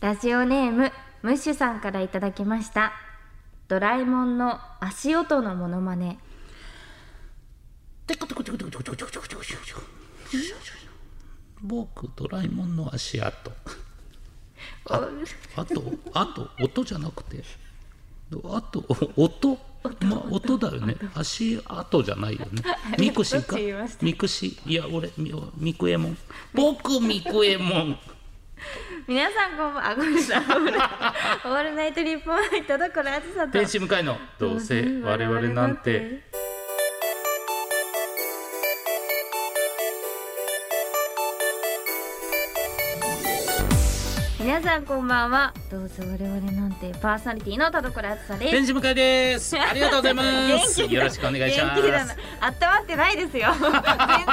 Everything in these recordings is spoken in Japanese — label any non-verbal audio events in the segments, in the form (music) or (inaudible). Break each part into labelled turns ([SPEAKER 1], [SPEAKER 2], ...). [SPEAKER 1] ラジオネームムッシュさんからいただきましたドラえもんの足音のモノマネ
[SPEAKER 2] テクテクテクテクテクテクテクテクテクテク僕ドラえもんの足跡ああとあと音じゃなくてあとお音まあ音だよね足跡じゃないよねみくしか
[SPEAKER 1] どっち言いました
[SPEAKER 2] みくしいや俺みみくえもん僕みくえもん
[SPEAKER 1] 皆さんこんばんあごめんな
[SPEAKER 2] (laughs)
[SPEAKER 1] さいオールオールナイトリポート田所あずさと
[SPEAKER 2] 天使向かいのどうせ我々なんて
[SPEAKER 1] 皆さんこんばんはどうせ我々なんてパーソナリティの田所あずさです
[SPEAKER 2] 天使向かいですありがとうございます
[SPEAKER 1] 元気だ
[SPEAKER 2] よろしくお願いしま
[SPEAKER 1] 元気
[SPEAKER 2] す
[SPEAKER 1] だな温まってないです
[SPEAKER 2] (laughs)
[SPEAKER 1] よ全然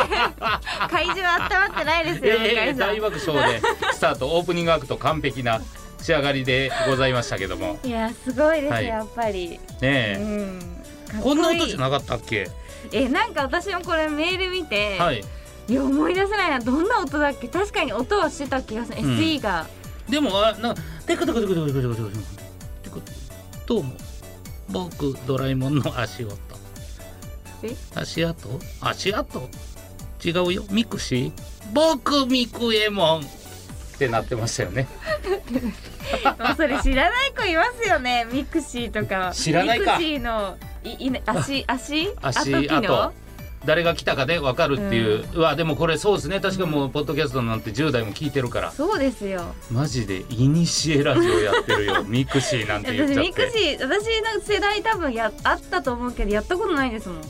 [SPEAKER 1] 会場温まってないですよ、
[SPEAKER 2] え
[SPEAKER 1] 向井
[SPEAKER 2] え
[SPEAKER 1] さん
[SPEAKER 2] 大爆笑でスタートオープニングアクト完璧な仕上がりでございましたけども
[SPEAKER 1] いやすごいです、
[SPEAKER 2] はい
[SPEAKER 1] やっぱり、う
[SPEAKER 2] ね
[SPEAKER 1] ん、か
[SPEAKER 2] え
[SPEAKER 1] っ
[SPEAKER 2] こんな音
[SPEAKER 1] い
[SPEAKER 2] じ
[SPEAKER 1] い
[SPEAKER 2] ゃなかったっけ
[SPEAKER 1] えなんか私もこれメール見て、
[SPEAKER 2] はい
[SPEAKER 1] いや思い出せないなどんな音だっけ確かに音はしてた気がする、
[SPEAKER 2] うん
[SPEAKER 1] SE が
[SPEAKER 2] でもあなテクテクテクテクテクテクテクテクどうも僕ドラえもんの足音
[SPEAKER 1] え
[SPEAKER 2] 足跡足跡違うよミクシー僕ミクエモンってなってましたよね
[SPEAKER 1] まあそれ知らない子いますよねミクシーとか
[SPEAKER 2] 知らないか
[SPEAKER 1] ミクシーのいい足足
[SPEAKER 2] 足
[SPEAKER 1] 跡機能
[SPEAKER 2] 跡誰が来たかで分かるっていう、うわでもこれそうですね確かもうポッドキャストなんて10代も聞いてるから
[SPEAKER 1] そうですよ
[SPEAKER 2] マジでイニシエラジオやって
[SPEAKER 1] (laughs)
[SPEAKER 2] るよミクシーなんて言っ
[SPEAKER 1] 私
[SPEAKER 2] ちゃっ
[SPEAKER 1] ミク
[SPEAKER 2] て
[SPEAKER 1] シー私の世代多分やあったと思うけどやったことないですもん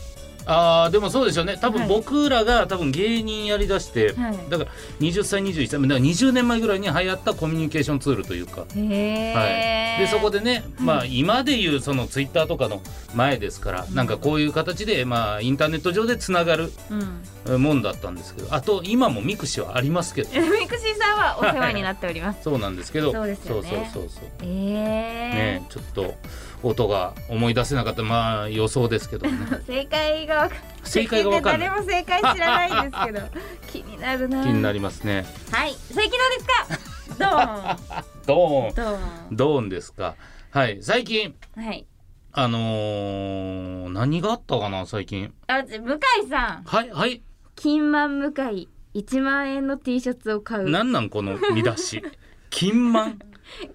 [SPEAKER 2] あーでもそうでしょうね多
[SPEAKER 1] は
[SPEAKER 2] 分
[SPEAKER 1] い
[SPEAKER 2] 僕らが多分芸人やりだして、
[SPEAKER 1] はい
[SPEAKER 2] だから20歳21歳だから20年前ぐらいに流行ったコミュニケーションツールというか、
[SPEAKER 1] へえ、
[SPEAKER 2] はい、でそこでね、まあ今でいうそのツイッターとかの前ですから、なんかこういう形でまあインターネット上でつながる
[SPEAKER 1] うん、 (laughs)
[SPEAKER 2] もんだったんですけどあと今もミクシーはありますけど
[SPEAKER 1] ミクシーさんはお世話になっており
[SPEAKER 2] (laughs)
[SPEAKER 1] ます
[SPEAKER 2] そうなんですけど
[SPEAKER 1] そうですよね
[SPEAKER 2] そうそうそうそう
[SPEAKER 1] え
[SPEAKER 2] ねちょっと音が思い出せなかったまあ予想ですけど
[SPEAKER 1] (laughs)
[SPEAKER 2] ね
[SPEAKER 1] え正解がわか
[SPEAKER 2] 正解がわかんない
[SPEAKER 1] 誰も正解知らないん
[SPEAKER 2] (laughs)
[SPEAKER 1] ですけど気になるな
[SPEAKER 2] 気になりますね
[SPEAKER 1] はい最近どうですか
[SPEAKER 2] ドーン
[SPEAKER 1] ドーン
[SPEAKER 2] ドーンですかはい最近
[SPEAKER 1] ドーンはい
[SPEAKER 2] あのー、何があったかな最近
[SPEAKER 1] あじゃあ向井さん
[SPEAKER 2] はいはい
[SPEAKER 1] 金満向井1万円の T シャツを買う
[SPEAKER 2] なんなんこの見
[SPEAKER 1] (laughs)
[SPEAKER 2] 出し金満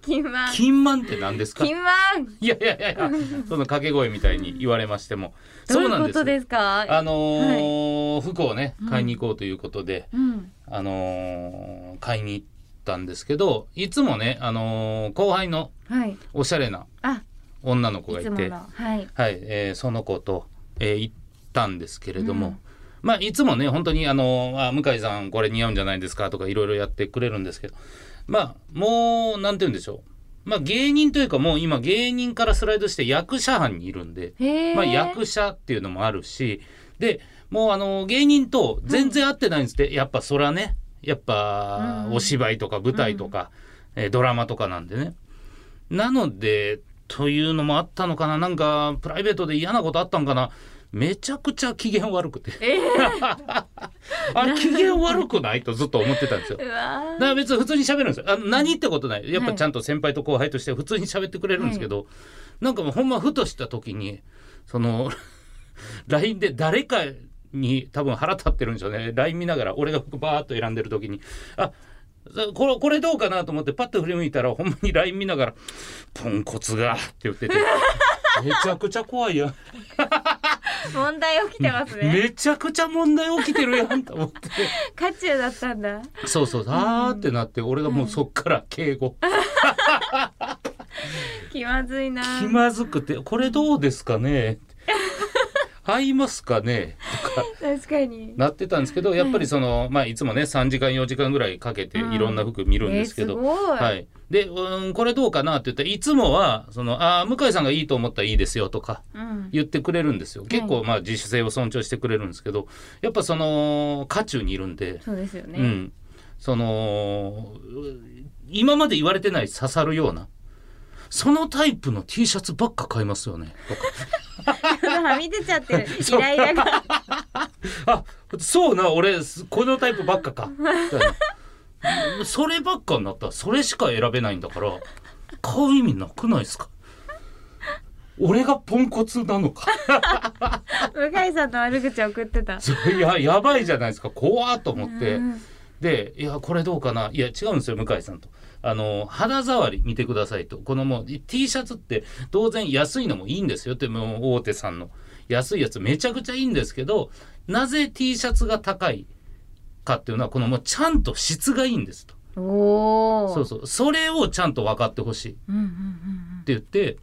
[SPEAKER 1] 金満
[SPEAKER 2] 金満って何ですかい
[SPEAKER 1] 金満
[SPEAKER 2] やいやいやいやその掛け声みたいに言われましても
[SPEAKER 1] どう
[SPEAKER 2] そ
[SPEAKER 1] いう
[SPEAKER 2] な
[SPEAKER 1] うんこ
[SPEAKER 2] です
[SPEAKER 1] とですか
[SPEAKER 2] あのー服をね買いに行こうということで、
[SPEAKER 1] うん
[SPEAKER 2] あのー買いに行ったんですけどいつもね、あのー後輩の
[SPEAKER 1] はい
[SPEAKER 2] おしゃれな
[SPEAKER 1] あ
[SPEAKER 2] 女の子が
[SPEAKER 1] い
[SPEAKER 2] い
[SPEAKER 1] つ
[SPEAKER 2] て
[SPEAKER 1] ものはい
[SPEAKER 2] はいえーその子と、えー行ったんですけれども、
[SPEAKER 1] うん
[SPEAKER 2] まあいつもね本当に、あのーあ向井さんこれ似合うんじゃないですか」とかいろいろやってくれるんですけどまあもうなんて言うんでしょう、まあ、芸人というかもう今芸人からスライドして役者班にいるんで。
[SPEAKER 1] へえ
[SPEAKER 2] まあ、役者っていうのもあるしでもうあの芸人と全然合ってないんですって、やっぱそらねやっぱ
[SPEAKER 1] うん
[SPEAKER 2] お芝居とか舞台とか、えードラマとかなんでね。なのでというのもあったのかななんかプライベートで嫌なことあったんかなめちゃくちゃ機嫌悪くて
[SPEAKER 1] え
[SPEAKER 2] (laughs) あれ機嫌悪くないとずっと思ってたんですよ。
[SPEAKER 1] ーうわ
[SPEAKER 2] だ
[SPEAKER 1] ー
[SPEAKER 2] から別に普通に喋るんですよ。あ何ってことない。やっぱちゃんと先輩と後輩として普通に喋ってくれるんですけど、なんかもうほんまふとした時に、その、LINE で誰かに多分腹立ってるんでしょうね。LINE 見ながら、俺がバーっと選んでる時に、あそこれこれどうかなと思ってパッと振り向いたらほんまに LINE 見ながら「ポンコツが」って言ってて (laughs) めちゃくちゃ怖いやん
[SPEAKER 1] 問題起きて
[SPEAKER 2] (laughs)
[SPEAKER 1] ますね
[SPEAKER 2] めちゃくちゃ問題起きてるやんと思って
[SPEAKER 1] 渦中だったんだ
[SPEAKER 2] そうそうあーってなって俺がもうそっから敬語
[SPEAKER 1] 気まずいな
[SPEAKER 2] 気まずくて「これどうですかね? 」合いますかねとか
[SPEAKER 1] 確かに
[SPEAKER 2] なってたんですけどやっぱりその、まあ、いつもね3時間4時間ぐらいかけて
[SPEAKER 1] うん
[SPEAKER 2] いろんな服見るんですけ
[SPEAKER 1] えー
[SPEAKER 2] ど、
[SPEAKER 1] すごい
[SPEAKER 2] はい、で、うん「これどうかな?」って言ったらいつもはそのあー向井さんがいいと思ったらいいですよ」とか
[SPEAKER 1] うん
[SPEAKER 2] 言ってくれるんですよ結
[SPEAKER 1] は
[SPEAKER 2] 構まあ自主性を尊重してくれるんですけどやっぱその渦中にいるんで、
[SPEAKER 1] そうですよね、
[SPEAKER 2] うん、そのう今まで言われてない刺さるようなそのタイプの T シャツばっか買います (laughs) よねとか。
[SPEAKER 1] はみ出ちゃって
[SPEAKER 2] (laughs)
[SPEAKER 1] るイライラが
[SPEAKER 2] あそうな俺すこのタイプばっかかみたいな (laughs) そればっかになったらそれしか選べないんだから買う意味なくないですか俺がポンコツなのか
[SPEAKER 1] 向井さんの悪口送ってた。
[SPEAKER 2] そう (laughs) いややばいじゃないですか怖っと思って
[SPEAKER 1] うん
[SPEAKER 2] で「いやこれどうかないや違うんですよ向井さん」と。あの肌触り見てくださいとこのもう T シャツって当然安いのもいいんですよってもう大手さんの安いやつめちゃくちゃいいんですけどなぜ T シャツが高いかっていうのはこのもうちゃんと質がいいんですと
[SPEAKER 1] おお。
[SPEAKER 2] そうそうそれをちゃんと分かってほしいって
[SPEAKER 1] うんうんうん
[SPEAKER 2] 言って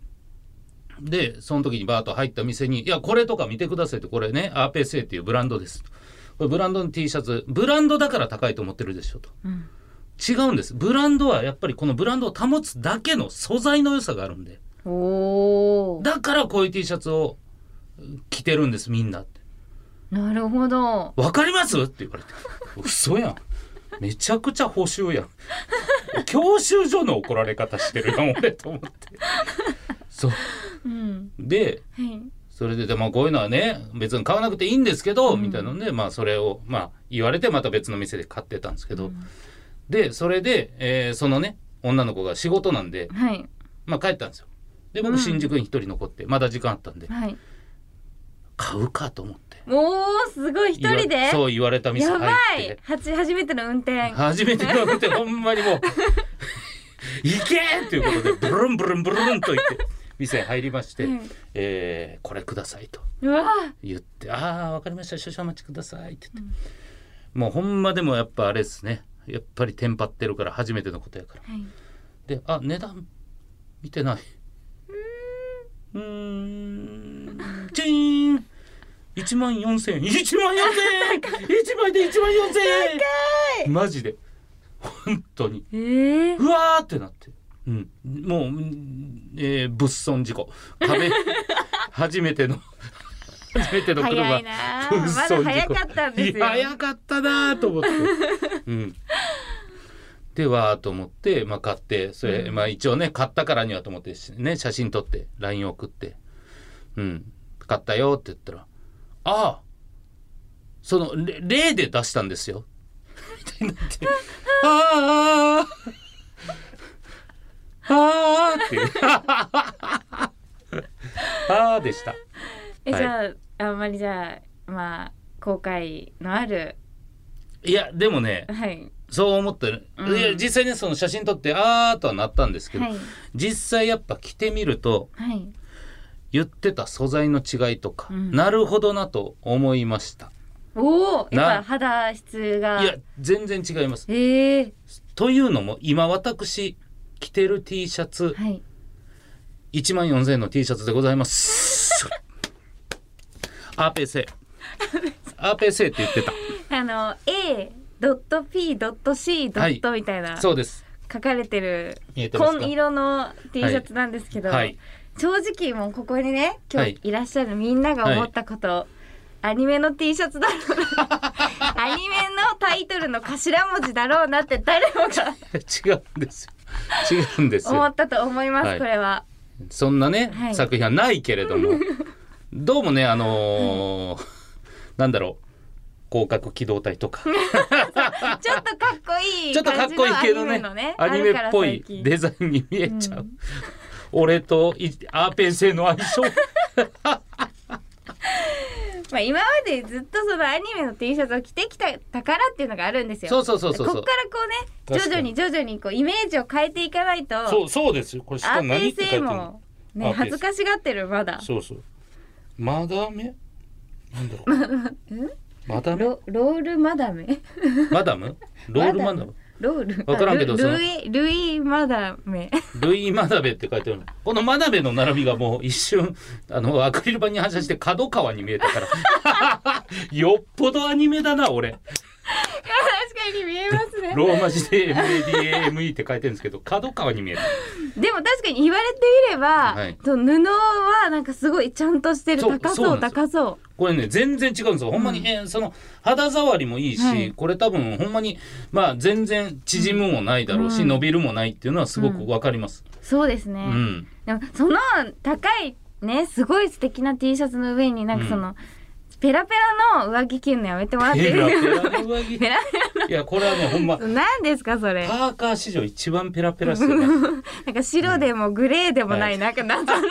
[SPEAKER 2] でその時にバーッと入った店に「いやこれとか見てください」ってこれね RPSA っていうブランドですとこれブランドの T シャツブランドだから高いと思ってるでしょと
[SPEAKER 1] うんうん。
[SPEAKER 2] 違うんですブランドはやっぱりこのブランドを保つだけの素材の良さがあるんで
[SPEAKER 1] おお。
[SPEAKER 2] だからこういう T シャツを着てるんですみんなって
[SPEAKER 1] なるほど。
[SPEAKER 2] わかりますって言われて嘘やんめちゃくちゃ補修やん教習所の怒られ方してるやん俺と思ってそう
[SPEAKER 1] うん。
[SPEAKER 2] で
[SPEAKER 1] はい。
[SPEAKER 2] それででもこういうのはね別に買わなくていいんですけど、
[SPEAKER 1] うん
[SPEAKER 2] みたいなのでまあそれをまあ言われてまた別の店で買ってたんですけ
[SPEAKER 1] う
[SPEAKER 2] ど、
[SPEAKER 1] ん
[SPEAKER 2] でそれで、えーそのね女の子が仕事なんで
[SPEAKER 1] はい。
[SPEAKER 2] まあ帰ったんですよで
[SPEAKER 1] うん
[SPEAKER 2] 僕新宿に一人残ってまだ時間あったんで
[SPEAKER 1] はい。
[SPEAKER 2] 買うかと思って
[SPEAKER 1] おお、すごい一人で。
[SPEAKER 2] そう言われた店入
[SPEAKER 1] や
[SPEAKER 2] っ
[SPEAKER 1] ば
[SPEAKER 2] て
[SPEAKER 1] い。はち、初めての運
[SPEAKER 2] (laughs)
[SPEAKER 1] 転。
[SPEAKER 2] 初めて飲むってほんまにもう (laughs) 「行け!」っていうことでブルンブルンブルンと行って店入りまして「
[SPEAKER 1] うん
[SPEAKER 2] えーこれください」と
[SPEAKER 1] うわー。
[SPEAKER 2] 言って「ああ分かりました少々お待ちください」って言って、もうほんまでもやっぱあれですねやっぱりテンパってるから初めてのことやから
[SPEAKER 1] はい。
[SPEAKER 2] で「あ値段見てないうーんチーン1万4000円1万4000円1枚で1万4000円マジで本当に
[SPEAKER 1] ええー。
[SPEAKER 2] うわーってなって、うん、もう、うんえー、物損事故壁初めての初めての車
[SPEAKER 1] 早いなー。
[SPEAKER 2] 物
[SPEAKER 1] まだ
[SPEAKER 2] 損事
[SPEAKER 1] 早
[SPEAKER 2] 故
[SPEAKER 1] かったんです
[SPEAKER 2] い
[SPEAKER 1] よ
[SPEAKER 2] や。早かったなーと
[SPEAKER 1] (laughs)
[SPEAKER 2] 思って、うん、でわーと思って、まあ、買ってそれ、
[SPEAKER 1] うん
[SPEAKER 2] まあ、一応ね買ったからにはと思って、ね、写真撮って LINE 送って「うん買ったよ」って言ったら「ああそのれ例で出したんですよ」みたいになって「ああああああ」って
[SPEAKER 1] (laughs)
[SPEAKER 2] 「ああ」でした。
[SPEAKER 1] え、
[SPEAKER 2] はい
[SPEAKER 1] じゃあ、あんまりじゃあ、まあ、後悔のある。
[SPEAKER 2] いやでもね
[SPEAKER 1] はい。
[SPEAKER 2] そう思ってる、
[SPEAKER 1] うん
[SPEAKER 2] いや実際ねその写真撮ってあーとはなったんですけど、
[SPEAKER 1] はい。
[SPEAKER 2] 実際やっぱ着てみると
[SPEAKER 1] はい。
[SPEAKER 2] 言ってた素材の違いとか、
[SPEAKER 1] うん
[SPEAKER 2] なるほどなと思いました
[SPEAKER 1] おお、
[SPEAKER 2] な
[SPEAKER 1] やっぱ肌質が。
[SPEAKER 2] いや全然違います
[SPEAKER 1] ええ
[SPEAKER 2] というのも今私着てる T シャツ
[SPEAKER 1] はい。
[SPEAKER 2] 1万4000円の T シャツでございます (laughs) RPC RPC って言ってた
[SPEAKER 1] あの A ドット P ドット C ドットみたいな、
[SPEAKER 2] そうです (laughs)
[SPEAKER 1] 書かれてる
[SPEAKER 2] 見えてますか
[SPEAKER 1] 紺色の T シャツなんですけど、
[SPEAKER 2] はい
[SPEAKER 1] 正直もうここにね今
[SPEAKER 2] はい
[SPEAKER 1] 日いらっしゃるみんなが思ったこと、アニメの T シャツだろう
[SPEAKER 2] (laughs)
[SPEAKER 1] なアニメのタイトルの頭文字だろうなって誰もが
[SPEAKER 2] 違うんですよ違うんですよ
[SPEAKER 1] 思ったと思います、
[SPEAKER 2] はい
[SPEAKER 1] これは。
[SPEAKER 2] そんなね、
[SPEAKER 1] はい
[SPEAKER 2] 作品はないけれど
[SPEAKER 1] (laughs)
[SPEAKER 2] もどうもねあのーなんだろう広角機動隊とか
[SPEAKER 1] ちょっとかっこいい
[SPEAKER 2] (laughs) ちょっとかっこいいけどね
[SPEAKER 1] 感じのアニメのね
[SPEAKER 2] アニメっぽ
[SPEAKER 1] ある
[SPEAKER 2] い
[SPEAKER 1] から最近
[SPEAKER 2] デザインに見えちゃう、
[SPEAKER 1] うん
[SPEAKER 2] 俺といアーペン製の相性
[SPEAKER 1] まあ、今までずっとそのアニメの T シャツを着てきた宝っていうのがあるんですよ。
[SPEAKER 2] そうそうそうそう
[SPEAKER 1] こ
[SPEAKER 2] そ
[SPEAKER 1] っ
[SPEAKER 2] う
[SPEAKER 1] からこうね徐
[SPEAKER 2] 確
[SPEAKER 1] 々
[SPEAKER 2] か
[SPEAKER 1] に
[SPEAKER 2] に
[SPEAKER 1] 徐々にこうイメージを変えていかないと
[SPEAKER 2] そうそうですよこれ下何って書い
[SPEAKER 1] RPC
[SPEAKER 2] てる
[SPEAKER 1] も
[SPEAKER 2] の、
[SPEAKER 1] ね、
[SPEAKER 2] RPC
[SPEAKER 1] 恥ずかしがってるまだ
[SPEAKER 2] そうそうまだめなんだろう
[SPEAKER 1] (laughs)
[SPEAKER 2] まだめ
[SPEAKER 1] ロロールマダメ
[SPEAKER 2] マダムロールマダム
[SPEAKER 1] ロール
[SPEAKER 2] わからんけど
[SPEAKER 1] あ
[SPEAKER 2] その
[SPEAKER 1] ルルイルイマダ (laughs) メ
[SPEAKER 2] ルイ・マナベって書いてあるのこのマナベの並びがもう一瞬あのアクリル板に反射して角川に見えたから (laughs) よっぽどアニメだな俺
[SPEAKER 1] 確かに見えますね
[SPEAKER 2] ローマ字で MADAME って書いてるんですけど角川に見える
[SPEAKER 1] でも確かに言われてみれば、
[SPEAKER 2] はい
[SPEAKER 1] その布はなんかすごいちゃんとしてる
[SPEAKER 2] そう
[SPEAKER 1] 高そう
[SPEAKER 2] そうなんです
[SPEAKER 1] 高そう
[SPEAKER 2] これね全然違うんですよほんまに、えーその肌触りもいいし、
[SPEAKER 1] はい
[SPEAKER 2] これ多分ほんまにまあ全然縮むもないだろうし、
[SPEAKER 1] うん
[SPEAKER 2] 伸びるもないっていうのはすごくわかります、
[SPEAKER 1] そうですね、
[SPEAKER 2] うん
[SPEAKER 1] でもその高いねすごい素敵な T シャツの上になんかその、ペラペラの上着着るのやめてもらっていい
[SPEAKER 2] ペラ
[SPEAKER 1] です
[SPEAKER 2] ペ
[SPEAKER 1] か
[SPEAKER 2] ラの上着
[SPEAKER 1] ペラ
[SPEAKER 2] いやこれはねほん
[SPEAKER 1] (laughs)
[SPEAKER 2] ま
[SPEAKER 1] 何ですかそれ
[SPEAKER 2] パーカー史上一番ペラペラして
[SPEAKER 1] (laughs)
[SPEAKER 2] る
[SPEAKER 1] なんか白でもグレーでもない、
[SPEAKER 2] うん
[SPEAKER 1] なんかなんだろう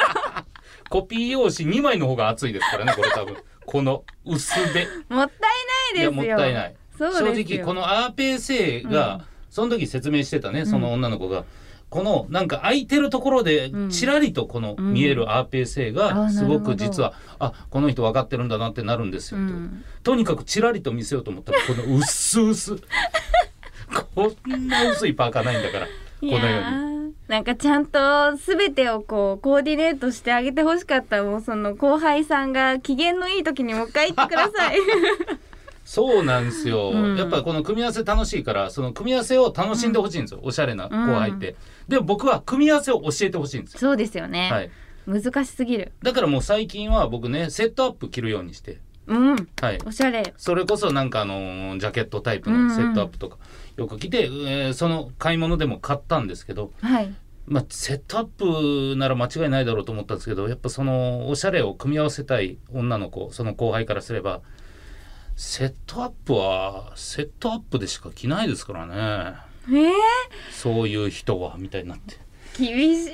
[SPEAKER 2] コピー用紙2枚の方が厚いですからねこれ
[SPEAKER 1] (laughs)
[SPEAKER 2] 多分この薄で
[SPEAKER 1] もったいないですよ
[SPEAKER 2] やもったいない
[SPEAKER 1] そうで
[SPEAKER 2] 正
[SPEAKER 1] す
[SPEAKER 2] 直
[SPEAKER 1] よ
[SPEAKER 2] このアーペー生が、その時説明してたねその女の子が、このなんか空いてるところで
[SPEAKER 1] うん
[SPEAKER 2] ちらりとこの
[SPEAKER 1] うん
[SPEAKER 2] 見えるアーペー生
[SPEAKER 1] あ
[SPEAKER 2] が
[SPEAKER 1] ー
[SPEAKER 2] すご
[SPEAKER 1] なるほど
[SPEAKER 2] く実は、あこの人分かってるんだなってなるんです
[SPEAKER 1] う
[SPEAKER 2] よ、と
[SPEAKER 1] ん、
[SPEAKER 2] とにかくちらりと見せようと思ったらこの薄々
[SPEAKER 1] (laughs)
[SPEAKER 2] こんな薄いパーカーないんだからこ
[SPEAKER 1] い
[SPEAKER 2] の
[SPEAKER 1] や
[SPEAKER 2] ように。
[SPEAKER 1] ーなんかちゃんと全てをこうコーディネートしてあげてほしかったもうその後輩さんが機嫌のいい時にもう一回言ってください
[SPEAKER 2] そうなんですよ、
[SPEAKER 1] うん
[SPEAKER 2] やっぱこの組み合わせ楽しいからその組み合わせを楽しんでほしいんですよ、おしゃれな後輩って、でも僕は組み合わせを教えてほしいんです
[SPEAKER 1] (laughs)
[SPEAKER 2] よ、
[SPEAKER 1] そうですよね、
[SPEAKER 2] はい、
[SPEAKER 1] 難しすぎる
[SPEAKER 2] だからもう最近は僕ねセットアップ着るようにして
[SPEAKER 1] うん
[SPEAKER 2] はい
[SPEAKER 1] おしゃれ
[SPEAKER 2] それこそなんかあのージャケットタイプのセットアップとかよく着て、えーその買い物でも買ったんですけど、
[SPEAKER 1] はい
[SPEAKER 2] まあ、セットアップなら間違いないだろうと思ったんですけどやっぱそのおしゃれを組み合わせたい女の子その後輩からすればセットアップはセットアップでしか着ないですからね
[SPEAKER 1] えー、
[SPEAKER 2] そういう人はみたいになって
[SPEAKER 1] 厳しい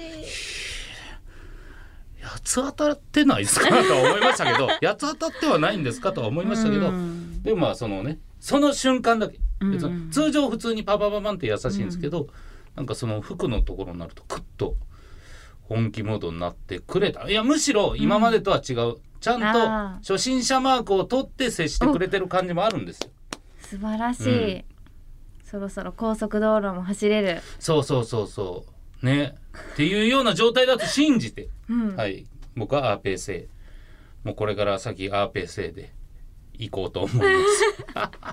[SPEAKER 2] 八つ当たってないですかとは思いましたけど八つ当たってはないんですかとは思いましたけど、
[SPEAKER 1] うん
[SPEAKER 2] でまあそのねその瞬間だけ、
[SPEAKER 1] うんうん
[SPEAKER 2] その通常普通にパパパパンって優しいんですけど、なんかその服のところになるとクッと本気モードになってくれたいやむしろ今までとは違う、ちゃ
[SPEAKER 1] あ
[SPEAKER 2] んと初心者マークを取って接してくれてる感じもあるんですよ
[SPEAKER 1] 素晴らしい、
[SPEAKER 2] う
[SPEAKER 1] そろそろ高速道路も走れる
[SPEAKER 2] そうそうそうそうねっていうような状態だと信じて
[SPEAKER 1] うん、
[SPEAKER 2] はい僕はアーペー製もうこれから先アーペー製で行こうと思います
[SPEAKER 1] (laughs)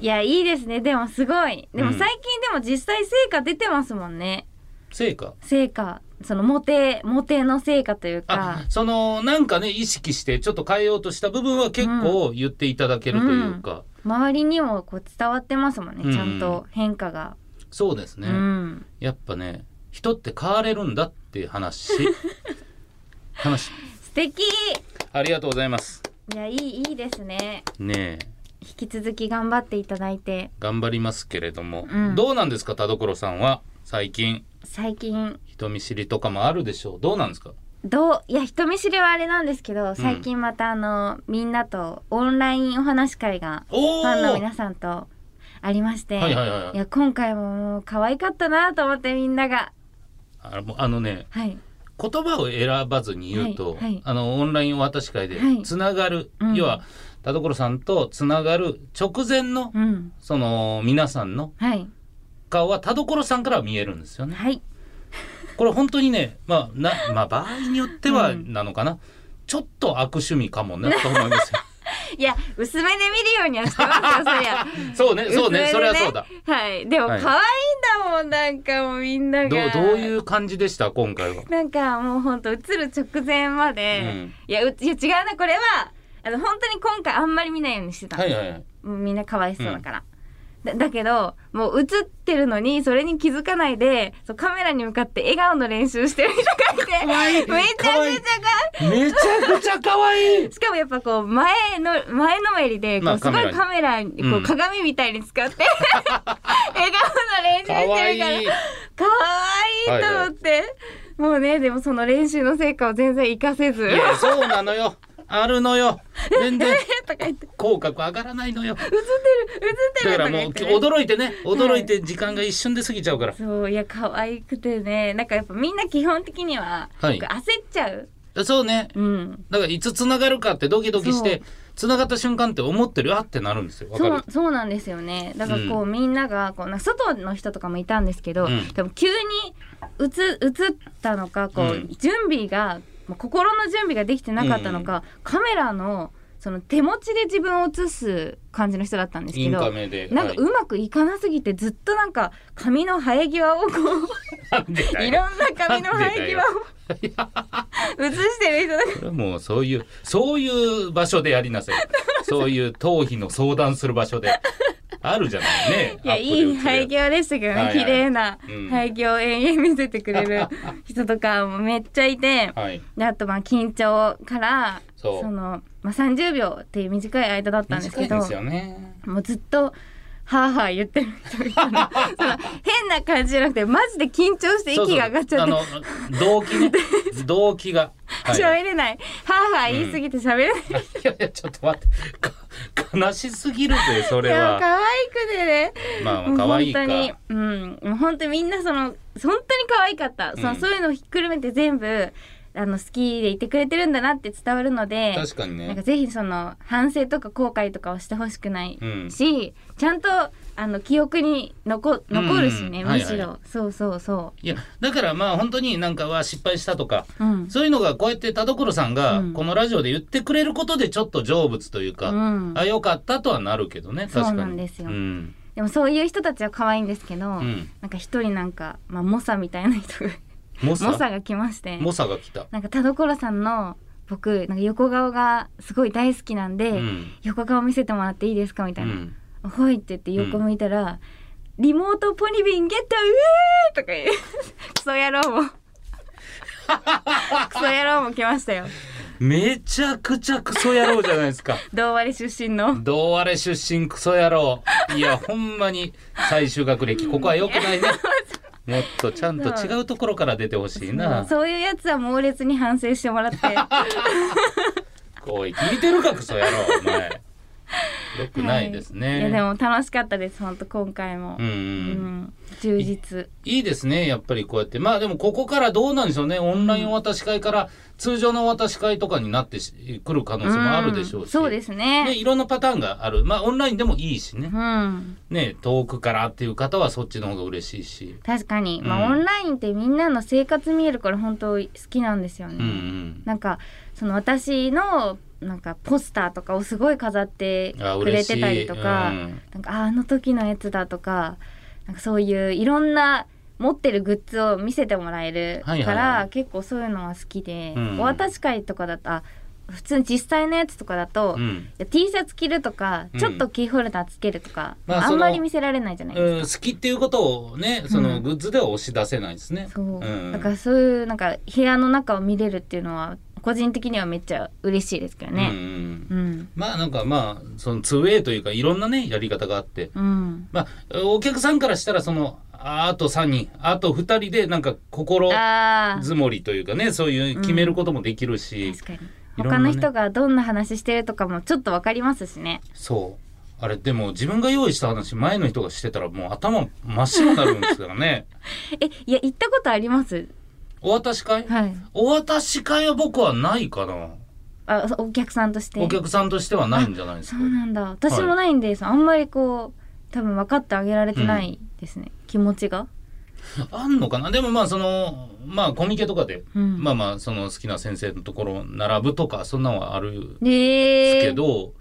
[SPEAKER 1] いやいいですねでもすごいでも
[SPEAKER 2] うん
[SPEAKER 1] 最近でも実際成果出てますもんね、
[SPEAKER 2] 成果
[SPEAKER 1] 成果そのモテモテの成果という
[SPEAKER 2] あ
[SPEAKER 1] か
[SPEAKER 2] そのなんかね意識してちょっと変えようとした部分は結構言っていただけるというか、
[SPEAKER 1] 周りにもこう伝わってますもんね、
[SPEAKER 2] うん
[SPEAKER 1] ちゃんと変化が、
[SPEAKER 2] そうですね、
[SPEAKER 1] うん
[SPEAKER 2] やっぱね人って変われるんだってい
[SPEAKER 1] (laughs)
[SPEAKER 2] う話話
[SPEAKER 1] 素敵い
[SPEAKER 2] ありがとうございます
[SPEAKER 1] やいいいいですね
[SPEAKER 2] ねえ
[SPEAKER 1] 引き続き頑張っていただいて
[SPEAKER 2] 頑張りますけれども、
[SPEAKER 1] うん
[SPEAKER 2] どうなんですか田所さんは最近
[SPEAKER 1] 最近
[SPEAKER 2] 人見知りとかもあるでしょうどうなんですか
[SPEAKER 1] どういや人見知りはあれなんですけど最近またあの、みんなとオンラインお話し会が
[SPEAKER 2] お
[SPEAKER 1] フ
[SPEAKER 2] お
[SPEAKER 1] ァンの皆さんとありまして、
[SPEAKER 2] はいはいはいはい
[SPEAKER 1] いや今回ももう可愛かったなと思ってみんなが
[SPEAKER 2] あのもうあのね
[SPEAKER 1] はい
[SPEAKER 2] 言葉を選ばずに言うと、
[SPEAKER 1] はいはい
[SPEAKER 2] あのオンラインお渡し会で
[SPEAKER 1] はい
[SPEAKER 2] つながる、
[SPEAKER 1] うん
[SPEAKER 2] 要は田所さんとつながる直前の、
[SPEAKER 1] うん
[SPEAKER 2] その皆さんの
[SPEAKER 1] はい
[SPEAKER 2] 顔は田所さんからは見えるんですよね。
[SPEAKER 1] はい
[SPEAKER 2] これ本当にね、まあ、なまあ場合によっては
[SPEAKER 1] うん
[SPEAKER 2] なのかな、ちょっと悪趣味かもねと思
[SPEAKER 1] (laughs)
[SPEAKER 2] いますよ。
[SPEAKER 1] いや薄目で見るようにはしてますよそりゃ
[SPEAKER 2] そうね (laughs) そうね
[SPEAKER 1] 薄
[SPEAKER 2] そ
[SPEAKER 1] 目
[SPEAKER 2] れ
[SPEAKER 1] で
[SPEAKER 2] はそうだ。
[SPEAKER 1] はいでも可
[SPEAKER 2] は
[SPEAKER 1] 愛い
[SPEAKER 2] い
[SPEAKER 1] んだもんなんかもうみんな
[SPEAKER 2] ど
[SPEAKER 1] が
[SPEAKER 2] うどういう感じでした今回は。
[SPEAKER 1] なんかもうほんと映る直前まで、
[SPEAKER 2] うん
[SPEAKER 1] いやういや違うなこれはあの本当に今回あんまり見ないようにしてた、
[SPEAKER 2] はいはいはい。
[SPEAKER 1] もうみんなかわいそうだから、だだけどもう映ってるのにそれに気づかないでそうカメラに向かって笑顔の練習してる人がいて
[SPEAKER 2] わいい
[SPEAKER 1] めちゃ
[SPEAKER 2] かわい
[SPEAKER 1] く
[SPEAKER 2] い
[SPEAKER 1] ちゃか
[SPEAKER 2] めちゃくちゃ可愛い。
[SPEAKER 1] しかもやっぱこう前の前のめりでこ
[SPEAKER 2] ま
[SPEAKER 1] う
[SPEAKER 2] あ
[SPEAKER 1] すごいカメラにこ
[SPEAKER 2] う
[SPEAKER 1] うん鏡みたいに使って
[SPEAKER 2] (laughs)
[SPEAKER 1] 笑顔の練習
[SPEAKER 2] 可
[SPEAKER 1] して
[SPEAKER 2] 愛
[SPEAKER 1] る
[SPEAKER 2] い
[SPEAKER 1] から
[SPEAKER 2] い。
[SPEAKER 1] 可愛いと思って、もうねでもその練習の成果を全然活かせず
[SPEAKER 2] いやそうなのよ。あるのよ。全然
[SPEAKER 1] (laughs) とか言って
[SPEAKER 2] 口角上がらないのよ。
[SPEAKER 1] 映ってる
[SPEAKER 2] だ
[SPEAKER 1] と
[SPEAKER 2] か
[SPEAKER 1] から
[SPEAKER 2] も
[SPEAKER 1] 言
[SPEAKER 2] う
[SPEAKER 1] って、ね、
[SPEAKER 2] 驚いてね驚いて時間が一瞬で過ぎちゃうから。
[SPEAKER 1] そういや可愛くてねなんかやっぱみんな基本的には、
[SPEAKER 2] はい
[SPEAKER 1] 焦っちゃう
[SPEAKER 2] そうね。
[SPEAKER 1] うん
[SPEAKER 2] だからいつつながるかってドキドキし
[SPEAKER 1] そう
[SPEAKER 2] てつながった瞬間って思ってるあってなるんですよわか
[SPEAKER 1] そ
[SPEAKER 2] る
[SPEAKER 1] うそうなんですよねだからこう、
[SPEAKER 2] う
[SPEAKER 1] みんながこうな外の人とかもいたんですけど、
[SPEAKER 2] うん
[SPEAKER 1] でも急にうつ映ったのかこう、
[SPEAKER 2] うん
[SPEAKER 1] 準備がもう心の準備ができてなかったのか、カメラのその手持ちで自分を映す感じの人だったんです
[SPEAKER 2] イ
[SPEAKER 1] け
[SPEAKER 2] ンカ
[SPEAKER 1] ど。
[SPEAKER 2] メで
[SPEAKER 1] なんかうまくいかなすぎてずっとなんか髪の生え際をこ
[SPEAKER 2] (laughs)
[SPEAKER 1] ういろんな髪の生え際を (laughs) 映してる人だか
[SPEAKER 2] ろもうそういうそういう場所でやり
[SPEAKER 1] (laughs)
[SPEAKER 2] なさいそういう頭皮の相談する場所であるじゃないね
[SPEAKER 1] らいやいい生え
[SPEAKER 2] 際
[SPEAKER 1] 際でしたけど
[SPEAKER 2] はい
[SPEAKER 1] ね
[SPEAKER 2] はい
[SPEAKER 1] 綺麗な
[SPEAKER 2] うん
[SPEAKER 1] 生え際を延々見せてくれる人とかもめっちゃいて
[SPEAKER 2] はい
[SPEAKER 1] であとまあ緊張から
[SPEAKER 2] そう
[SPEAKER 1] のまあ、30秒っていう短い間だったんです
[SPEAKER 2] 短
[SPEAKER 1] け
[SPEAKER 2] い
[SPEAKER 1] ど
[SPEAKER 2] ですよね。
[SPEAKER 1] もうずっとはあはあ言ってる人いた
[SPEAKER 2] (laughs)
[SPEAKER 1] のその変な感じじゃなくてマジで緊張して息が上がっちゃって
[SPEAKER 2] そうそうあの動
[SPEAKER 1] (laughs)
[SPEAKER 2] 機ね動機が。はい
[SPEAKER 1] 喋、れないはあはあ言いすぎて喋れない、
[SPEAKER 2] いやいやちょっと待ってか悲しすぎるぜそ
[SPEAKER 1] で
[SPEAKER 2] れ
[SPEAKER 1] も
[SPEAKER 2] は。
[SPEAKER 1] 可愛くてね
[SPEAKER 2] ま
[SPEAKER 1] も
[SPEAKER 2] あまあ
[SPEAKER 1] う
[SPEAKER 2] 可愛
[SPEAKER 1] 本
[SPEAKER 2] い
[SPEAKER 1] 当に
[SPEAKER 2] か。、
[SPEAKER 1] うん、もう本当にみんなその本当に可愛かった、そうの
[SPEAKER 2] ん
[SPEAKER 1] そういうのをひっくるめて全部あの好きでいてくれてるんだなって伝わるので
[SPEAKER 2] 確かに
[SPEAKER 1] なんか
[SPEAKER 2] ね。
[SPEAKER 1] ぜひその反省とか後悔とかをしてほしくない
[SPEAKER 2] うん。
[SPEAKER 1] し、ちゃんとあの記憶に残残るしね、
[SPEAKER 2] うんう
[SPEAKER 1] む
[SPEAKER 2] ん
[SPEAKER 1] しろ、
[SPEAKER 2] はい
[SPEAKER 1] そうそうそ
[SPEAKER 2] いやだからまあ本当になんかは失敗したとか
[SPEAKER 1] う、うん、
[SPEAKER 2] そういうのがこうやって田所さんが
[SPEAKER 1] うん
[SPEAKER 2] このラジオで言ってくれることでちょっと成仏というか、
[SPEAKER 1] うん
[SPEAKER 2] あよかったとはなるけどね確かに
[SPEAKER 1] そうなんですよ
[SPEAKER 2] うん
[SPEAKER 1] でもそういう人たちは可愛いんですけど、
[SPEAKER 2] うん、
[SPEAKER 1] なんか一人なんか、まあ、猛者みたいな人が
[SPEAKER 2] モサ
[SPEAKER 1] 猛者が来まして
[SPEAKER 2] モサが来た、
[SPEAKER 1] なんか田所さんの僕なんか横顔がすごい大好きなんで、
[SPEAKER 2] うん
[SPEAKER 1] 横顔見せてもらっていいですかみ
[SPEAKER 2] う
[SPEAKER 1] たいな「
[SPEAKER 2] ん、
[SPEAKER 1] ほい」って言って横向いたら「リモートポニビンゲットうえー!」とか言う (laughs) クソ野
[SPEAKER 2] (laughs)
[SPEAKER 1] 郎もクソ野郎も来ましたよ
[SPEAKER 2] めちゃくちゃクソ野郎じゃないですか
[SPEAKER 1] 同割出身の
[SPEAKER 2] どうあれ出身クソ野郎
[SPEAKER 1] (laughs)
[SPEAKER 2] いやほんまに最終学歴ここは良くないねもっとちゃんと違うところから出てほしいな
[SPEAKER 1] そういうやつは猛烈に反省してもら
[SPEAKER 2] (laughs)
[SPEAKER 1] って
[SPEAKER 2] おい聞いてるかクソ野郎お前よくないです
[SPEAKER 1] は
[SPEAKER 2] ね、
[SPEAKER 1] いいやでも楽しかったです本当今回も
[SPEAKER 2] うん、う
[SPEAKER 1] うんん充実
[SPEAKER 2] いいですねやっぱりこうやってまあでもここからどうなんでしょうねオンラインお渡し会から通常のお渡し会とかになってしくる可能性もあるでしょう
[SPEAKER 1] ん
[SPEAKER 2] し、
[SPEAKER 1] そうです
[SPEAKER 2] ね
[SPEAKER 1] ね
[SPEAKER 2] いろんなパターンがあるまあオンラインでもいいしね
[SPEAKER 1] うん
[SPEAKER 2] ね遠くからっていう方はそっちの方が嬉しいし
[SPEAKER 1] 確かに、まあ
[SPEAKER 2] うん
[SPEAKER 1] オンラインってみんなの生活見えるから本当好きなんですよね、
[SPEAKER 2] うんうん
[SPEAKER 1] なんかその私のなんかポスターとかをすごい飾って
[SPEAKER 2] あ
[SPEAKER 1] くれ
[SPEAKER 2] 嬉しい
[SPEAKER 1] てたりとか、
[SPEAKER 2] うん
[SPEAKER 1] なんかああの時のやつだとかなんかそういういろんな持ってるグッズを見せてもらえるか
[SPEAKER 2] はい
[SPEAKER 1] ら、
[SPEAKER 2] はいはい
[SPEAKER 1] 結構そういうのは好きで、
[SPEAKER 2] うん
[SPEAKER 1] お渡し会とかだとあ普通に実際のやつとかだと、
[SPEAKER 2] う
[SPEAKER 1] い
[SPEAKER 2] ん
[SPEAKER 1] や T シャツ着るとか、
[SPEAKER 2] うん
[SPEAKER 1] ちょっとキーホルダーつけるとか、
[SPEAKER 2] まあ
[SPEAKER 1] あ、
[SPEAKER 2] そ
[SPEAKER 1] ん
[SPEAKER 2] の
[SPEAKER 1] まり見せられないじゃないですか。
[SPEAKER 2] うん好きっていうことをねそうの
[SPEAKER 1] ん
[SPEAKER 2] グッズでは押し出せないですね、
[SPEAKER 1] そう、
[SPEAKER 2] ん
[SPEAKER 1] だからそういうなんか部屋の中を見れるっていうのは個人的にはめっちゃ嬉しいですけど
[SPEAKER 2] うん
[SPEAKER 1] ね。
[SPEAKER 2] う
[SPEAKER 1] う
[SPEAKER 2] ん
[SPEAKER 1] ん、
[SPEAKER 2] まあなんかまあその 2way というかいろんなねやり方があって
[SPEAKER 1] うん、
[SPEAKER 2] まあ、お客さんからしたらそのああと3人あと2人でなんか心
[SPEAKER 1] ああ
[SPEAKER 2] づもりというかねそういう決めることもできるし、
[SPEAKER 1] 確かに
[SPEAKER 2] いろんな
[SPEAKER 1] 他
[SPEAKER 2] ね
[SPEAKER 1] の人がどんな話してるとかもちょっとわかりますしね。
[SPEAKER 2] そうあれでも自分が用意した話前の人がしてたらもう頭真っ白になるんですから
[SPEAKER 1] (laughs)
[SPEAKER 2] ね
[SPEAKER 1] えいや行ったことあります？
[SPEAKER 2] お渡し会
[SPEAKER 1] はい。
[SPEAKER 2] お渡し会は僕はないかな
[SPEAKER 1] あそお客さんとして。
[SPEAKER 2] お客さんとしてはないんじゃないです
[SPEAKER 1] そ
[SPEAKER 2] か
[SPEAKER 1] うなんだ。私もないんで、そうあんまりこう多分分かってあげられてないですね。気持ちが。
[SPEAKER 2] あんのかなでもまあそのまあコミケとかで、
[SPEAKER 1] うん。
[SPEAKER 2] まあまあその好きな先生のところ並ぶとかそんなのはある
[SPEAKER 1] で
[SPEAKER 2] ですけ。ど、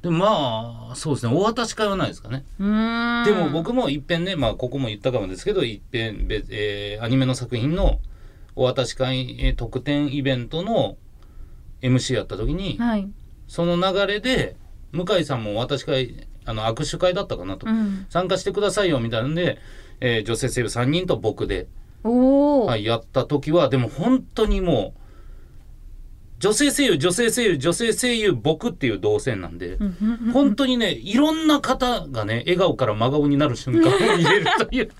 [SPEAKER 2] でもまあそうですねお渡し会はないですかね、
[SPEAKER 1] うーん。
[SPEAKER 2] でも僕もいっぺんね、まあ、ここも言ったかもですけどいっぺん別、えーアニメの作品のお渡し会、えー特典イベントの MC やった時に、
[SPEAKER 1] はい。
[SPEAKER 2] その流れで向井さんもお渡し会あの握手会だったかなと、
[SPEAKER 1] うん。
[SPEAKER 2] 参加してくださいよみたいなんで、えー女性声優3人と僕で、
[SPEAKER 1] おお。
[SPEAKER 2] はい、やった時はでも本当にもう女性声優女性声優女性声優僕っていう動線なんで。
[SPEAKER 1] うんうんうん
[SPEAKER 2] 本当にね、いろんな方がね、笑顔から真顔になる瞬間を見れると
[SPEAKER 1] (laughs)
[SPEAKER 2] いう。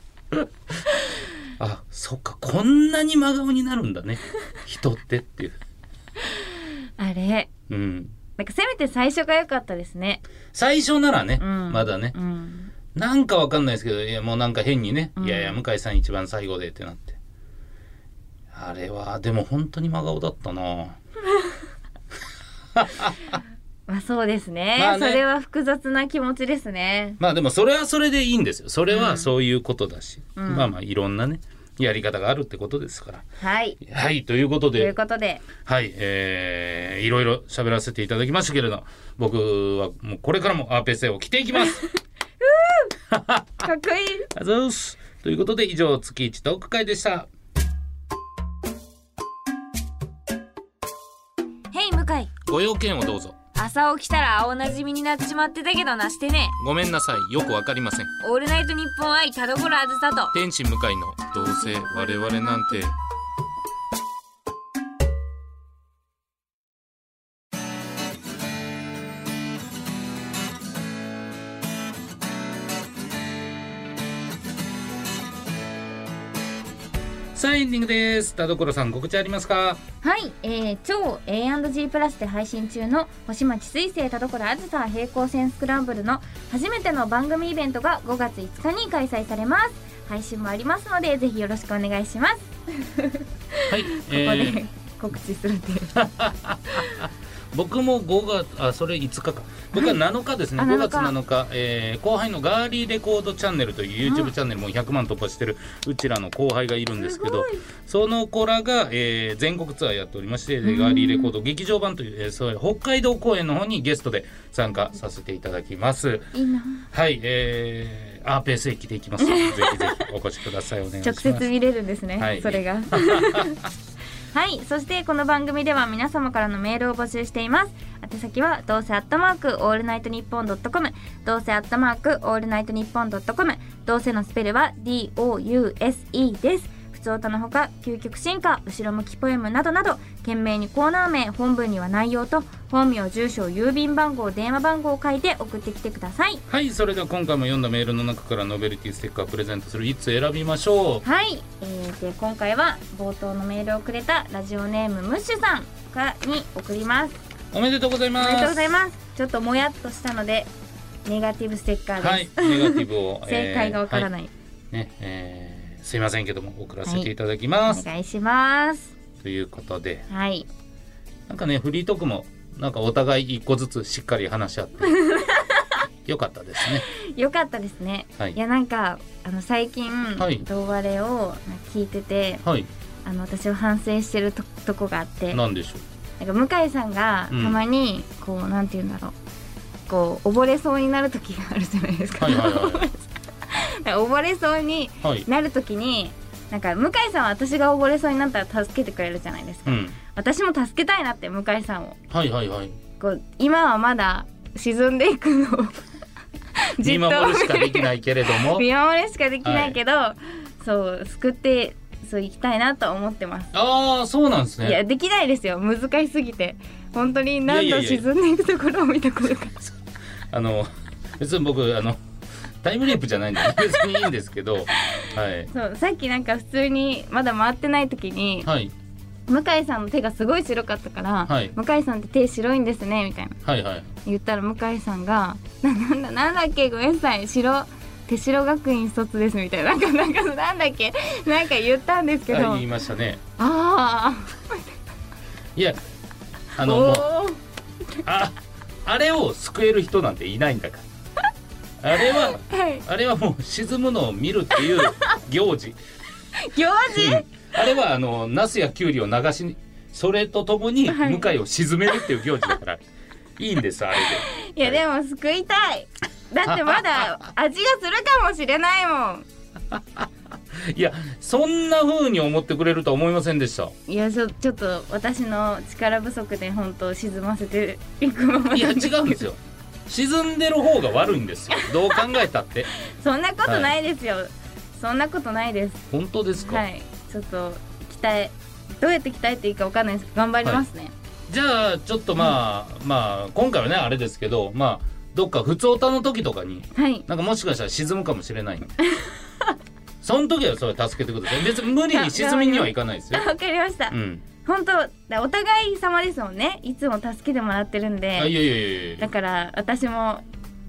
[SPEAKER 2] あ、そっか、こんなに真顔になるんだね。人ってっていう。
[SPEAKER 1] あれ
[SPEAKER 2] うん。
[SPEAKER 1] なんかせめて最初が良かったですね。
[SPEAKER 2] 最初ならね、
[SPEAKER 1] うん
[SPEAKER 2] まだね、
[SPEAKER 1] うん。
[SPEAKER 2] なんかわかんないですけど、いや、もうなんか変にね、
[SPEAKER 1] うん
[SPEAKER 2] いやいや、向井さん一番最後でってなって。あれは、でも本当に真顔だったな。
[SPEAKER 1] まあそうですね,、
[SPEAKER 2] まあね
[SPEAKER 1] それは複雑な気持ちですね。
[SPEAKER 2] まあでもそれはそれでいいんですよ。それはそういうことだし、
[SPEAKER 1] うん
[SPEAKER 2] まあまあいろんなね、やり方があるってことですから。
[SPEAKER 1] はい。
[SPEAKER 2] はい、ということ
[SPEAKER 1] と
[SPEAKER 2] で。
[SPEAKER 1] いうことで、
[SPEAKER 2] はい、えー、いろいろ喋らせていただきましたけれど、僕はもうこれからも RPC を着ていきます。
[SPEAKER 1] (laughs) かっこいい。
[SPEAKER 2] あざっす。ということで以上月一トーク会でした。
[SPEAKER 3] ヘイ向井
[SPEAKER 2] ご用件をどうぞ。
[SPEAKER 3] 朝起きたら青なじみになっちまってたけどなしてね
[SPEAKER 2] ごめんなさい、よくわかりません。
[SPEAKER 3] オールナイトニッポン愛田所あずさと
[SPEAKER 2] 天使向かいのどうせ我々なんて。さあエンディングです田所さん告知ありますか
[SPEAKER 1] はい、えー、超 A&G プラスで配信中の星町水星田所あずさ平行線スクランブルの初めての番組イベントが5月5日に開催されます配信もありますのでぜひよろしくお願いしますこ
[SPEAKER 2] はい、
[SPEAKER 1] こ
[SPEAKER 2] えー
[SPEAKER 1] で告知するっていう
[SPEAKER 2] 僕も5月あそれ5日か僕は7日ですね、
[SPEAKER 1] はいあ
[SPEAKER 2] 5月
[SPEAKER 1] 7
[SPEAKER 2] 7日、えー後輩のガーリーレコードチャンネルという YouTube チャンネルも100万突破してるうちらの後輩がいるんですけどその子らが、えー全国ツアーやっておりましてでガーリーレコード劇場版という、えーそういう北海道公演の方にゲストで参加させていただきます
[SPEAKER 1] いいな
[SPEAKER 2] はいえー、アーペース駅で行きます (laughs) のでぜひぜひお越しくださいお願いしま
[SPEAKER 1] 直
[SPEAKER 2] す
[SPEAKER 1] 接見れるんですね、
[SPEAKER 2] はい
[SPEAKER 1] それ
[SPEAKER 2] (laughs)
[SPEAKER 1] がはいそしてこの番組では皆様からのメールを募集しています宛先はどうせアットマークオールナイトニッポンドットコムどうせアットマークオールナイトニッポンドットコムどうせのスペルは DOUSE です普通歌のほか究極進化後ろ向きポエムなどなど懸命にコーナー名本文には内容と本名住所郵便番号電話番号を書いて送ってきてください
[SPEAKER 2] はいそれでは今回も読んだメールの中からノベルティステッカーをプレゼントするいつ選びましょう
[SPEAKER 1] はい、えー、で今回は冒頭のメールをくれたラジオネームムッシュさんがに送ります
[SPEAKER 2] おめでとうござい
[SPEAKER 1] お
[SPEAKER 2] ます。
[SPEAKER 1] めでとうございますちょっともやっとしたのでネガティブステッカーです、
[SPEAKER 2] はい、ネガティブ
[SPEAKER 1] (laughs)
[SPEAKER 2] を。
[SPEAKER 1] 正解がわからないい、
[SPEAKER 2] えーはいね、えーすいませんけども送らせていただきます
[SPEAKER 1] お、願いします
[SPEAKER 2] ということで、
[SPEAKER 1] はい
[SPEAKER 2] なんかねフリートークもなんかお互い一個ずつしっかり話し合って
[SPEAKER 1] (laughs)
[SPEAKER 2] よかったですね。
[SPEAKER 1] よかったですね、
[SPEAKER 2] はい
[SPEAKER 1] い、やなんかあの最近、
[SPEAKER 2] はい
[SPEAKER 1] 動画れを聞いてて
[SPEAKER 2] はい、
[SPEAKER 1] あの私を反省してるととこがあって
[SPEAKER 2] なんでしょ
[SPEAKER 1] なんか向井さんがた
[SPEAKER 2] うん
[SPEAKER 1] まにこう、なんて言うんだろうこう溺れそうになる時があるじゃないです
[SPEAKER 2] う。
[SPEAKER 1] か、
[SPEAKER 2] はいはいは
[SPEAKER 1] だから (laughs) 溺れそうに
[SPEAKER 2] い。はい。
[SPEAKER 1] なるときになんか向井さんは私が溺れそうになったら助けてくれるじゃないです
[SPEAKER 2] う
[SPEAKER 1] か、
[SPEAKER 2] ん。
[SPEAKER 1] 私も助けたいなって向井さんを
[SPEAKER 2] はいはいはい。
[SPEAKER 1] こう今はまだ沈んでいくのを (laughs) じ
[SPEAKER 2] 見
[SPEAKER 1] っと
[SPEAKER 2] 守るしかできないけれど
[SPEAKER 1] (laughs)
[SPEAKER 2] も。
[SPEAKER 1] 見守るしかできないけど、そう救ってそう行きたいなと思ってます、
[SPEAKER 2] ああそうなんです
[SPEAKER 1] いや
[SPEAKER 2] ね。
[SPEAKER 1] できないですよ難しすぎて本当に何
[SPEAKER 2] いや
[SPEAKER 1] 度
[SPEAKER 2] いやい
[SPEAKER 1] 沈
[SPEAKER 2] や
[SPEAKER 1] んでいくところを見たこと
[SPEAKER 2] (laughs)
[SPEAKER 1] が
[SPEAKER 2] あの別に僕あのタイムレープじゃないんで別にいいんですけど、はい
[SPEAKER 1] そうさっきなんか普通にまだ回ってない時に
[SPEAKER 2] はい
[SPEAKER 1] 向井さんの手がすごい白かったから「
[SPEAKER 2] はい
[SPEAKER 1] 向井さんって手白いんですね」みたいな
[SPEAKER 2] はいはい。
[SPEAKER 1] 言ったら向井さんが「ななんだなんだっけごめんなさい白手代学院卒です」みたいななんかなんかなんだっけなんか言ったんですけど、
[SPEAKER 2] はい言いましたね。
[SPEAKER 1] あ
[SPEAKER 2] いやあ
[SPEAKER 1] あ
[SPEAKER 2] のもう
[SPEAKER 1] おー
[SPEAKER 2] ああれを救える人なんていないんだからあれは
[SPEAKER 1] はい
[SPEAKER 2] あれはもう沈むのを見るっていう行
[SPEAKER 1] (laughs)
[SPEAKER 2] 事
[SPEAKER 1] 行
[SPEAKER 2] うん
[SPEAKER 1] 事
[SPEAKER 2] あれはあのナスやキュウリを流しにそれとともに
[SPEAKER 1] はい
[SPEAKER 2] 向井を沈めるっていう行事だから、い、いんですあれで
[SPEAKER 1] いやでも救いたいだってま
[SPEAKER 2] (laughs)
[SPEAKER 1] だ味がするかもしれないもん
[SPEAKER 2] いやそんな風に思ってくれるとは思いませんで
[SPEAKER 1] (laughs)
[SPEAKER 2] した
[SPEAKER 1] いやちょちょっと私の力不足で本当沈ませていくまま
[SPEAKER 2] いや
[SPEAKER 1] な
[SPEAKER 2] 違
[SPEAKER 1] んです
[SPEAKER 2] うんですよ沈んでる方が悪いんですよどう考えたって
[SPEAKER 1] (laughs) そんなことないですよ、そんなことないです
[SPEAKER 2] 本当ですか、
[SPEAKER 1] はい、ちょっと鍛え、どうやって鍛えていいかわかんないですけど、頑張りますね。
[SPEAKER 2] じゃあちょっとまあ、まあ今回はねあれですけどまあどっか普通歌の時とかに
[SPEAKER 1] はい。
[SPEAKER 2] なんかもしかしたら沈むかもしれ
[SPEAKER 1] (laughs)
[SPEAKER 2] ないんでその時はそれ助けてください別に無理に沈みにはいかないです
[SPEAKER 1] あ
[SPEAKER 2] よ
[SPEAKER 1] (laughs) わ、、かりました
[SPEAKER 2] う。ん、
[SPEAKER 1] 本当、だお互い様ですもんね。いつも助けてもらってるん
[SPEAKER 2] あい
[SPEAKER 1] で、
[SPEAKER 2] やいやいやい
[SPEAKER 1] だ
[SPEAKER 2] や
[SPEAKER 1] から私も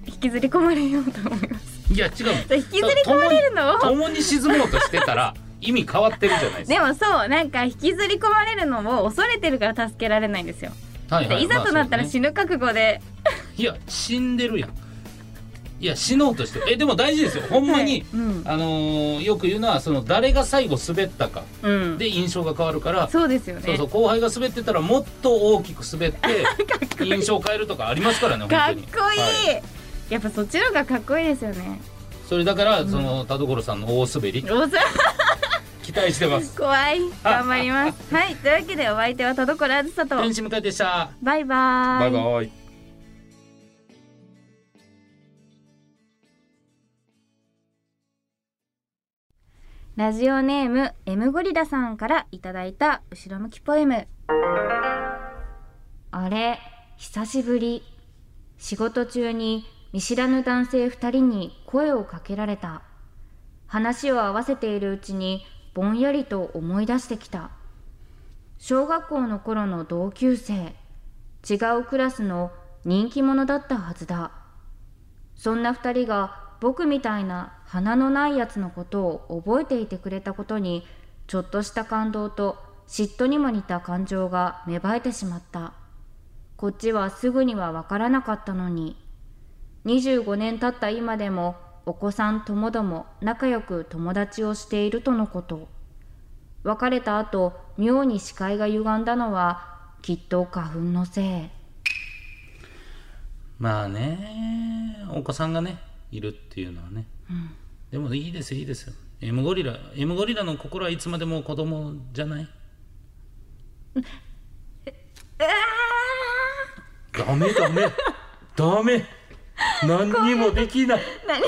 [SPEAKER 1] 引きずり込まれようと思い
[SPEAKER 2] (laughs)
[SPEAKER 1] ます。
[SPEAKER 2] いや違う
[SPEAKER 1] 引きずり込まれるのを、
[SPEAKER 2] 共に沈もうとして
[SPEAKER 1] (laughs)
[SPEAKER 2] たら意味変わってるじゃないです
[SPEAKER 1] でもそう、なんか引きずり込まれるのを恐れてるから助けられないんですよ。
[SPEAKER 2] か、はい
[SPEAKER 1] でいざとなったら
[SPEAKER 2] まあそう
[SPEAKER 1] 死ぬ覚悟で、
[SPEAKER 2] ねいや死んでるやんいや死のうとしてえでも大事ですよほんまに、
[SPEAKER 1] はいうん
[SPEAKER 2] あのーよく言うのはその誰が最後滑ったか
[SPEAKER 1] うん。
[SPEAKER 2] で印象が変わるから
[SPEAKER 1] そうですよね。
[SPEAKER 2] そうそう後輩が滑ってたらもっと大きく
[SPEAKER 1] (laughs)
[SPEAKER 2] 滑って印象変えるとかありますからね本
[SPEAKER 1] か
[SPEAKER 2] 当
[SPEAKER 1] っこ
[SPEAKER 2] に
[SPEAKER 1] いい、
[SPEAKER 2] は
[SPEAKER 1] やっぱそっちの方がかっこいいですよね。
[SPEAKER 2] それだからその田所さんの大滑り
[SPEAKER 1] おそ
[SPEAKER 2] 期待してます
[SPEAKER 1] 怖い頑張りますはいというわけでお相手は田所あずさと
[SPEAKER 2] 天使向井でした
[SPEAKER 1] バイバーイ
[SPEAKER 2] バイ
[SPEAKER 1] ラジオネーム M ゴリラさんからいただいた後ろ向きポエムあれ久しぶり仕事中に見知らぬ男性2人に声をかけられた話を合わせているうちに
[SPEAKER 4] ぼんやりと思い出してきた小学校の頃の同級生違うクラスの人気者だったはずだそんな2人が僕みたいな鼻のないやつのことを覚えていてくれたことにちょっとした感動と嫉妬にも似た感情が芽生えてしまったこっちはすぐには分からなかったのに25年経った今でもお子さんともども仲良く友達をしているとのこと別れた後妙に視界が歪んだのはきっと花粉のせい
[SPEAKER 2] まあねお子さんがねいるっていうのはね、でもいいですよいいですよ M ゴリラ M ゴリラの心はいつまでも子供じゃない
[SPEAKER 1] (laughs)
[SPEAKER 2] ダメダメダメ何にもできない
[SPEAKER 1] 何